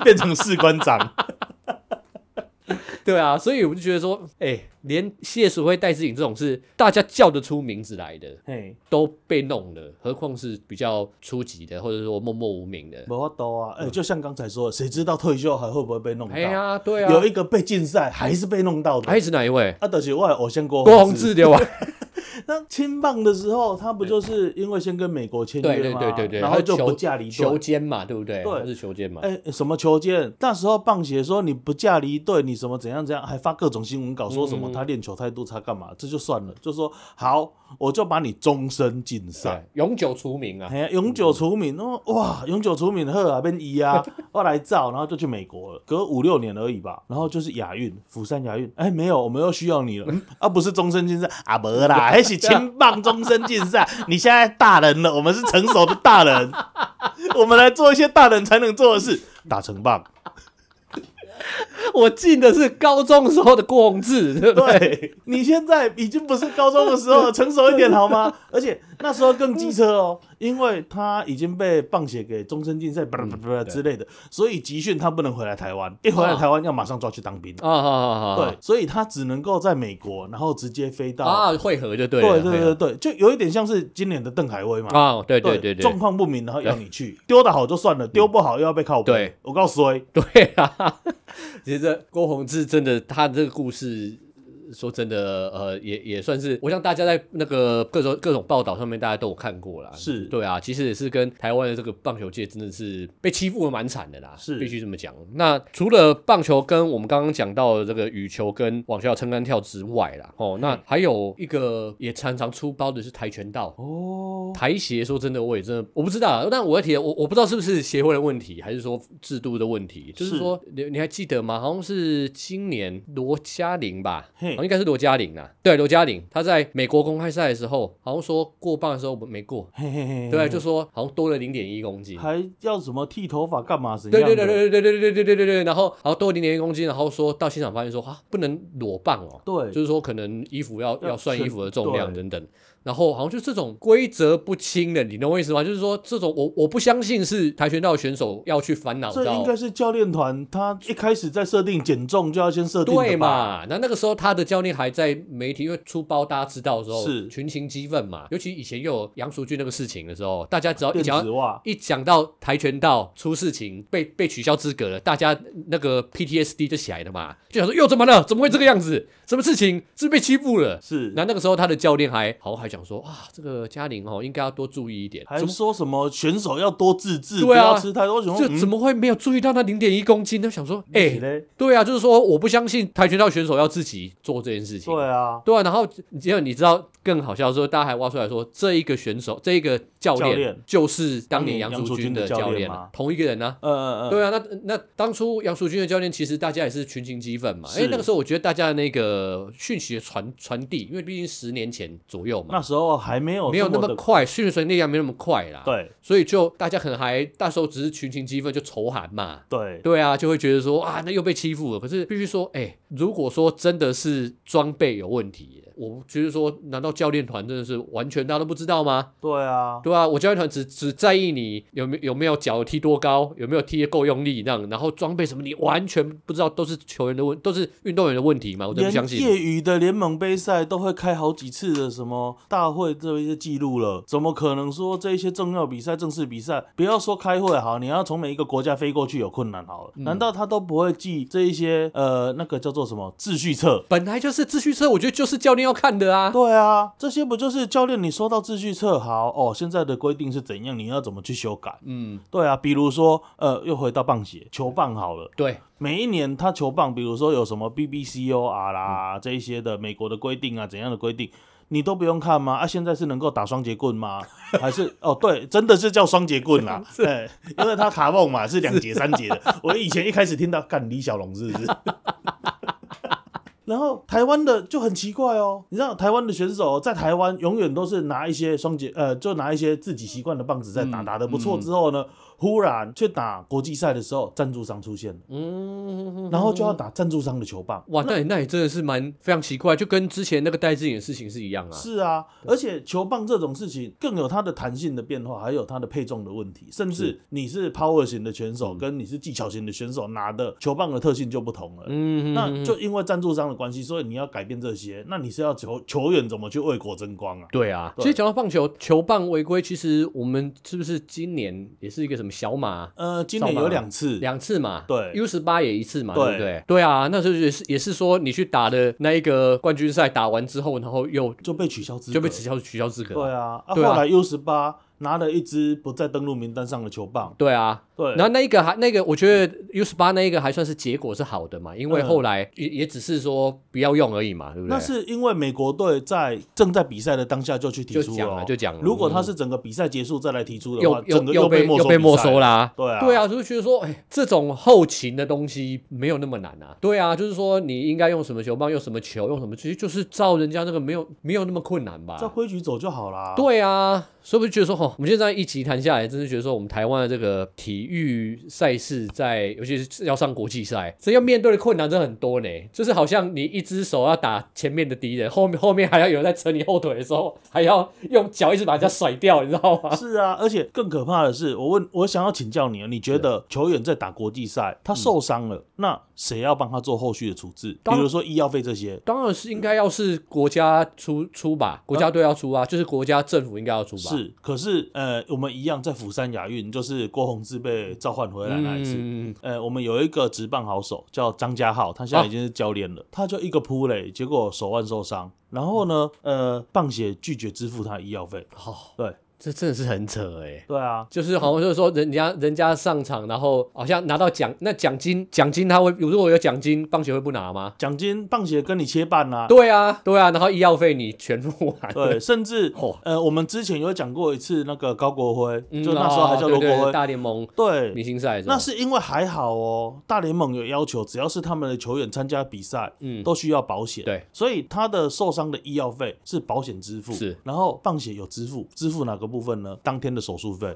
[SPEAKER 2] 变成士官 长，
[SPEAKER 1] 对啊，所以我就觉得说，哎、连谢淑慧、戴志颖这种是大家叫得出名字来的，
[SPEAKER 2] 嘿，
[SPEAKER 1] 都被弄了，何况是比较初级的，或者说默默无名的。
[SPEAKER 2] 没法度啊！哎、就像刚才说的，谁知道退休还会不会被弄到？
[SPEAKER 1] 嗯哎呀，对啊，
[SPEAKER 2] 有一个被禁赛还是被弄到的。
[SPEAKER 1] 还是哪一位？
[SPEAKER 2] 啊，就是我的偶像郭
[SPEAKER 1] 郭宏志
[SPEAKER 2] 志，
[SPEAKER 1] 对吧？
[SPEAKER 2] 那签棒的时候，他不就是因为先跟美国签约
[SPEAKER 1] 对
[SPEAKER 2] 嘛，
[SPEAKER 1] 对对对对，
[SPEAKER 2] 然后
[SPEAKER 1] 他
[SPEAKER 2] 就
[SPEAKER 1] 球
[SPEAKER 2] 不嫁离
[SPEAKER 1] 球
[SPEAKER 2] 队。
[SPEAKER 1] 监嘛，对不对？
[SPEAKER 2] 对
[SPEAKER 1] 他是球监嘛。
[SPEAKER 2] 哎、什么球监？那时候哦棒协说你不嫁离队，你什么怎样怎样，还发各种新闻稿说什么
[SPEAKER 1] 嗯
[SPEAKER 2] 他练球态度差干嘛？这就算了，就说好，我就把你终身禁赛
[SPEAKER 1] 对。，永久除名啊！
[SPEAKER 2] 哎呀，永久除名哦，哇，永久除名呵啊，变一啊， 后来造，然后就去美国了，隔五六年而已吧。然后就是亚运，釜山亚运，哎，没有，我们又需要你了，啊，不是终身禁赛啊，不啦， 还是青棒终身禁赛。你现在大人了，我们是成熟的大人，我们来做一些大人才能做的事，打成棒。
[SPEAKER 1] 我进的是高中时候的郭宏志，对不对？
[SPEAKER 2] 对你现在已经不是高中的时候，成熟一点好吗？而且那时候更机车哦，因为他已经被棒协给终身禁赛，不不不之类的，所以集训他不能回来台湾，一回来台湾要马上抓去当兵。
[SPEAKER 1] 啊啊啊！
[SPEAKER 2] 对，所以他只能够在美国，然后直接飞
[SPEAKER 1] 啊
[SPEAKER 2] 到。
[SPEAKER 1] 啊，会合就对了，
[SPEAKER 2] 对对对对，就有一点像是今年的邓海威嘛。
[SPEAKER 1] 啊，对对对
[SPEAKER 2] 状
[SPEAKER 1] 对
[SPEAKER 2] 况不明，然后要你去，丢的好就算了，丢不好又要被靠背。
[SPEAKER 1] 对，
[SPEAKER 2] 我告诉你，
[SPEAKER 1] 对啊！ 其实这郭宏志真的，他这个故事。说真的，呃，也也算是，我想大家在那个各种各种报道上面，大家都有看过啦。
[SPEAKER 2] 是
[SPEAKER 1] 对啊，其实也是跟台湾的这个棒球界真的是被欺负的蛮惨的啦，
[SPEAKER 2] 是
[SPEAKER 1] 必须这么讲。那除了棒球跟我们刚刚讲到的这个羽球跟网球撑杆跳之外啦，哦，那还有一个也常常出包的是跆拳道。
[SPEAKER 2] 哦，
[SPEAKER 1] 台协说真的，我也真的我不知道啊，但我要提，我我不知道是不是协会的问题，还是说制度的问题。就是
[SPEAKER 2] 是
[SPEAKER 1] 说，你你还记得吗？好像是今年罗嘉玲吧，
[SPEAKER 2] 嘿
[SPEAKER 1] 好像应该是罗嘉玲啊。对，罗嘉玲，她在美国公开赛的时候，好像说过磅的时候没过，
[SPEAKER 2] 嘿嘿嘿，
[SPEAKER 1] 对，就说好像多了零点一公斤。
[SPEAKER 2] 还要什么剃头发干嘛？怎样
[SPEAKER 1] 对
[SPEAKER 2] 的
[SPEAKER 1] 对对对对对对对对对对对，然后然后多零点一公斤，然后说到现场发现说啊不能裸磅哦，
[SPEAKER 2] 对
[SPEAKER 1] 就是说可能衣服要
[SPEAKER 2] 要
[SPEAKER 1] 要算衣
[SPEAKER 2] 选
[SPEAKER 1] 服的重量
[SPEAKER 2] 对
[SPEAKER 1] 等等，然后好像就这种规则不清的，你懂我意思吗？就是说这种我我不相信是跆拳道选手要去烦恼
[SPEAKER 2] 这应
[SPEAKER 1] 到。
[SPEAKER 2] 该是教练团他一开始在设定减重就要先设定
[SPEAKER 1] 对
[SPEAKER 2] 的吧？
[SPEAKER 1] 嘛？那那个时候他的教练还在媒体，因为出包大家知道的时候，
[SPEAKER 2] 是
[SPEAKER 1] 群情激愤嘛。尤其以前又有杨淑君那个事情的时候，大家只要一
[SPEAKER 2] 电
[SPEAKER 1] 讲
[SPEAKER 2] 子
[SPEAKER 1] 到
[SPEAKER 2] 袜，
[SPEAKER 1] 一讲到跆拳道出事情被被取消资格了，大家那个 PTSD 就起来了嘛，就想说又怎么了？怎么会这个样子？什么事情？是不是被欺负了？
[SPEAKER 2] 是
[SPEAKER 1] 那那个时候他的教练还好像还讲说啊，这个嘉玲哦应该要多注意一点，
[SPEAKER 2] 还
[SPEAKER 1] 怎么
[SPEAKER 2] 说什么选手要多自制，
[SPEAKER 1] 对啊
[SPEAKER 2] 不要吃太多。我想说
[SPEAKER 1] 这怎
[SPEAKER 2] 嗯
[SPEAKER 1] 么会没有注意到那零点一公斤呢？想说哎、
[SPEAKER 2] 你嘞
[SPEAKER 1] 对啊，就是说我不相信跆拳道选手要自己做这件事情。
[SPEAKER 2] 对啊，
[SPEAKER 1] 对啊，然后结果你知道更好笑的时候，大家还挖出来说，这一个选手，这一个教
[SPEAKER 2] 教练
[SPEAKER 1] 就是当年
[SPEAKER 2] 当年
[SPEAKER 1] 杨
[SPEAKER 2] 杨
[SPEAKER 1] 竹
[SPEAKER 2] 竹
[SPEAKER 1] 君
[SPEAKER 2] 君的
[SPEAKER 1] 的
[SPEAKER 2] 教
[SPEAKER 1] 教
[SPEAKER 2] 练
[SPEAKER 1] 练啊
[SPEAKER 2] 吗
[SPEAKER 1] 同一个人呢、
[SPEAKER 2] 呃呃，呃
[SPEAKER 1] 对啊，那那当初杨淑君的教练，其实大家也是群情激愤嘛。因为
[SPEAKER 2] 是
[SPEAKER 1] 那个时候，我觉得大家的那个讯息的传传递，因为毕竟十年前左右
[SPEAKER 2] 那
[SPEAKER 1] 嘛，
[SPEAKER 2] 时候还没有
[SPEAKER 1] 没有那
[SPEAKER 2] 哦这
[SPEAKER 1] 么
[SPEAKER 2] 的
[SPEAKER 1] 快，讯息传递量没有那么快啦。，
[SPEAKER 2] 对
[SPEAKER 1] 所以就大家可能还那时候只是群情激愤，就仇韩嘛。
[SPEAKER 2] 对
[SPEAKER 1] 对啊，就会觉得说啊，那又被欺负了。可是必须说，哎、如果说真的是装备有问题，我觉得说，难道教练团真的是完全大家都不知道吗？
[SPEAKER 2] 对啊，
[SPEAKER 1] 对啊，我教练团只只在意你有没有没有脚踢多高，有没有踢得够用力那样，然后装备什么你完全不知道，都是球员的问，都是运动员的问题嘛，我哦真不
[SPEAKER 2] 连
[SPEAKER 1] 相信。
[SPEAKER 2] 业余的联盟杯赛都会开好几次的什么大会这一些记录了，怎么可能说这一些重要比赛、正式比赛，不要说开会好，你要从每一个国家飞过去有困难好
[SPEAKER 1] 嗯
[SPEAKER 2] 了？难道他都不会记这一些呃那个叫做什么秩序册？
[SPEAKER 1] 本来就是秩序车，我觉得就是教练要看的啊。
[SPEAKER 2] 对啊，这些不就是教练你收到秩序册好哦？现在的规定是怎样？你要怎么去修改？
[SPEAKER 1] 嗯，
[SPEAKER 2] 对啊，比如说呃，又回到棒协球棒好了，
[SPEAKER 1] 对，
[SPEAKER 2] 每一年他球棒，比如说有什么 BBCOR
[SPEAKER 1] 嗯
[SPEAKER 2] 啦、啊这一些的美国的规定啊，怎样的规定？你都不用看吗？啊，现在是能够打双节 棍吗？还是哦，对，真的是叫双节棍啦，对，因为他卡梦嘛是两节三节的。 我以前一开始听到干李小龙是不是？ 然后台湾的就很奇怪哦，你知道台湾的选手在台湾永远都是拿一些双节，呃，就拿一些自己习惯的棒子在打，
[SPEAKER 1] 嗯
[SPEAKER 2] 打得不错之后呢，忽然去打国际赛的时候，赞助商出现了，
[SPEAKER 1] 嗯，
[SPEAKER 2] 然后就要打赞助商的球棒。
[SPEAKER 1] 哇，那你那你真的是蛮非常奇怪，就跟之前那个戴志颖的事情是一样啊。
[SPEAKER 2] 是啊，而且球棒这种事情更有它的弹性的变化，还有它的配重的问题，甚至你是 power 型的选
[SPEAKER 1] 嗯
[SPEAKER 2] 手跟你是技巧型的选手拿的球棒的特性就不同了。
[SPEAKER 1] 嗯，
[SPEAKER 2] 那就因为赞助商的关系，所以你要改变这些，那你是要球球员怎么去为国争光啊？
[SPEAKER 1] 对啊。
[SPEAKER 2] 对
[SPEAKER 1] 其实讲到棒球，球棒违规，其实我们是不是今年也是一个什么小马
[SPEAKER 2] 呃，今年有两次，
[SPEAKER 1] 两次嘛，
[SPEAKER 2] 对
[SPEAKER 1] ，U 十八也一次嘛，
[SPEAKER 2] 对
[SPEAKER 1] 对不对？对啊，那时候也是也是说你去打的那一个冠军赛打完之后，然后又
[SPEAKER 2] 就被取消资格，
[SPEAKER 1] 就被取消取消资格。
[SPEAKER 2] 对啊，啊，
[SPEAKER 1] 对啊
[SPEAKER 2] 后来 U 十八拿了一支不在登录名单上的球棒，
[SPEAKER 1] 对啊，
[SPEAKER 2] 对，
[SPEAKER 1] 然后那一个还那个，我觉得 U 十八那一个还算是结果是好的嘛，因为
[SPEAKER 2] 嗯
[SPEAKER 1] 后来也、也只是说不要用而已嘛，对不对？
[SPEAKER 2] 那是因为美国队在正在比赛的当下就去提
[SPEAKER 1] 就
[SPEAKER 2] 出
[SPEAKER 1] 讲
[SPEAKER 2] 了
[SPEAKER 1] 了
[SPEAKER 2] 哦，
[SPEAKER 1] 就讲了
[SPEAKER 2] 如果他是整个比赛结束再来提出的话，
[SPEAKER 1] 又又
[SPEAKER 2] 整个
[SPEAKER 1] 又
[SPEAKER 2] 被
[SPEAKER 1] 被又被
[SPEAKER 2] 没
[SPEAKER 1] 没收
[SPEAKER 2] 了。
[SPEAKER 1] 啦。
[SPEAKER 2] 对啊，
[SPEAKER 1] 对，啊，就是觉得说，哎，这种后勤的东西没有那么难啊。对啊，就是说你应该用什么球棒，用什么球，用什么，其实就是照人家那个没有没有那么困难吧。
[SPEAKER 2] 照规矩走就好啦。
[SPEAKER 1] 对啊，所以我就觉得说，吼，我们现在一集谈下来，真是觉得说，我们台湾的这个体育赛事在，尤其是要上国际赛，这要面对的困难真的很多呢。就是好像你一只手要打前面的敌人，后面后面还要有人在扯你后腿的时候，还要用脚一直把人家甩掉，你知道吗？
[SPEAKER 2] 是啊，而且更可怕的是，我问我想要请教你，啊，你觉得球员在打国际赛，他受伤了，那谁要帮他做后续的处置？比
[SPEAKER 1] 当
[SPEAKER 2] 如说医药费这些，
[SPEAKER 1] 当然是应该要是国家出出吧，国家队要出啊，就是国家政府应该要出吧。
[SPEAKER 2] 是，可是呃，我们一样在釜山亚运，就是郭宏志被召唤回来那一次。
[SPEAKER 1] 嗯，
[SPEAKER 2] 呃，我们有一个职棒好手叫张家浩，他现在已经是教练了，他就一个扑垒，结果手腕受伤，然后呢，呃，棒协拒绝支付他医药费。
[SPEAKER 1] 好、
[SPEAKER 2] 对，
[SPEAKER 1] 这真的是很扯哎、
[SPEAKER 2] 对啊，
[SPEAKER 1] 就是好像就是说人家人家上场，然后好像拿到奖，那奖金奖金他会如果有奖金，棒协会不拿吗？
[SPEAKER 2] 奖金棒协跟你切半啦、
[SPEAKER 1] 对啊，对啊，然后医药费你全付完。
[SPEAKER 2] 对，甚至
[SPEAKER 1] 哦
[SPEAKER 2] 呃，我们之前有讲过一次那个高国辉，
[SPEAKER 1] 嗯，
[SPEAKER 2] 就那时候还叫罗
[SPEAKER 1] 哦对对
[SPEAKER 2] 国辉，
[SPEAKER 1] 大联盟
[SPEAKER 2] 对
[SPEAKER 1] 明星赛的时候，
[SPEAKER 2] 那是因为还好哦，大联盟有要求，只要是他们的球员参加比赛，
[SPEAKER 1] 嗯
[SPEAKER 2] 都需要保险，
[SPEAKER 1] 对，
[SPEAKER 2] 所以他的受伤的医药费是保险支付，
[SPEAKER 1] 是，
[SPEAKER 2] 然后棒协有支付，支付哪个部分 呢？当天的手术费，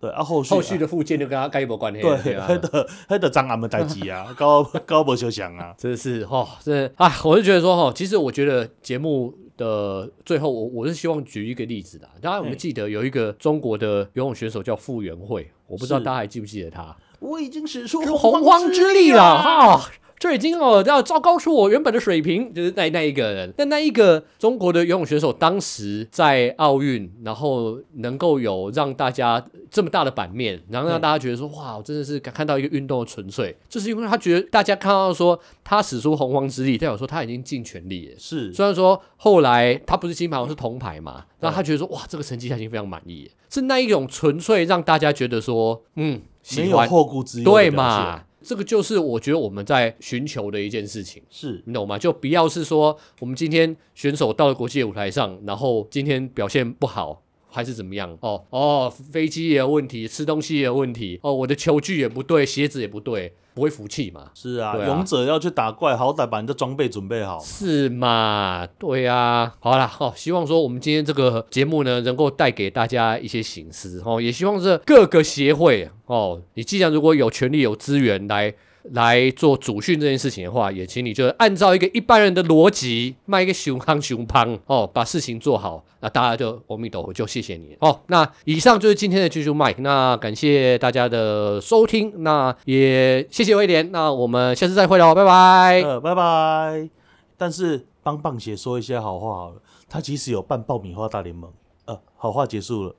[SPEAKER 2] 对，啊，后续
[SPEAKER 1] 后续
[SPEAKER 2] 的。
[SPEAKER 1] 的附件就跟他该有没关系了。
[SPEAKER 2] 对，
[SPEAKER 1] 啊
[SPEAKER 2] 黑的黑的张阿们代志啊，高 高博球祥啊，
[SPEAKER 1] 真的是哦，真的啊，我是觉得说哦，其实我觉得节目的最后，我我是希望举一个例子啦。当然，我们
[SPEAKER 2] 嗯
[SPEAKER 1] 记得有一个中国的游泳选手叫傅园慧，我不知道
[SPEAKER 2] 是
[SPEAKER 1] 大家还记不记得他？
[SPEAKER 2] 我已经使出
[SPEAKER 1] 洪荒之力了哈、这已经哦要糟糕出我原本的水平，就是那那一个人，但那一个中国的游泳选手，当时在奥运，然后能够有让大家这么大的版面，然后让大家觉得说，哇，我真的是看到一个运动的纯粹，就是因为他觉得大家看到说他使出洪荒之力，代表说他已经尽全力了。
[SPEAKER 2] 是
[SPEAKER 1] 虽然说后来他不是金牌，我是铜牌嘛，然后他觉得说，哇，这个成绩他已经非常满意了，是那一种纯粹让大家觉得说，嗯，喜
[SPEAKER 2] 没有
[SPEAKER 1] 欢
[SPEAKER 2] 后顾之忧，
[SPEAKER 1] 对？嘛？这个就是我觉得我们在寻求的一件事情，
[SPEAKER 2] 是
[SPEAKER 1] 你懂吗？就不要是说我们今天选手到了国际舞台上，然后今天表现不好。还是怎么样？哦哦，飞机也有问题，吃东西也有问题。哦，我的球具也不对，鞋子也不对，不会服气嘛？
[SPEAKER 2] 是啊，
[SPEAKER 1] 对啊
[SPEAKER 2] 勇者要去打怪，好歹把你的装备准备好。
[SPEAKER 1] 是嘛？对啊，好啦，哦，希望说我们今天这个节目呢，能够带给大家一些醒思哦，也希望这各个协会哦，你既然如果有权利、有资源来来做主训这件事情的话，也请你就按照一个一般人的逻辑，卖一个熊康熊胖哦，把事情做好，那大家就阿弥陀佛，就谢谢你哦。那以上就是今天的啾啾麦，那感谢大家的收听，那也谢谢威廉，那我们下次再会喽，拜拜。
[SPEAKER 2] 呃，拜拜。但是帮棒协说一些好话好了，他其实有办爆米花大联盟。呃，好话结束了。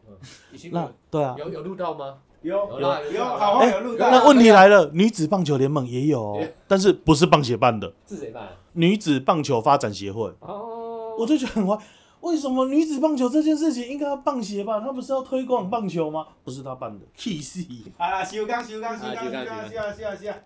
[SPEAKER 2] 那对啊，
[SPEAKER 1] 有有录到吗？
[SPEAKER 3] 有
[SPEAKER 1] 啦
[SPEAKER 3] 有
[SPEAKER 1] 有啦
[SPEAKER 3] 好好有录到。
[SPEAKER 2] 那问题来了，女子棒球联盟也有哦
[SPEAKER 1] 也，
[SPEAKER 2] 但是不是棒协办的，
[SPEAKER 1] 是谁办？啊
[SPEAKER 2] 女子棒球发展协会。
[SPEAKER 1] 哦，
[SPEAKER 2] 我就觉得很坏，为什么女子棒球这件事情应该要棒协办？他不是要推广棒球吗？不是他办的，气死！
[SPEAKER 3] 啊，休工休工休
[SPEAKER 1] 啊
[SPEAKER 3] 工
[SPEAKER 1] 休工休
[SPEAKER 3] 休工
[SPEAKER 1] 工
[SPEAKER 3] 休啊休啊休啊。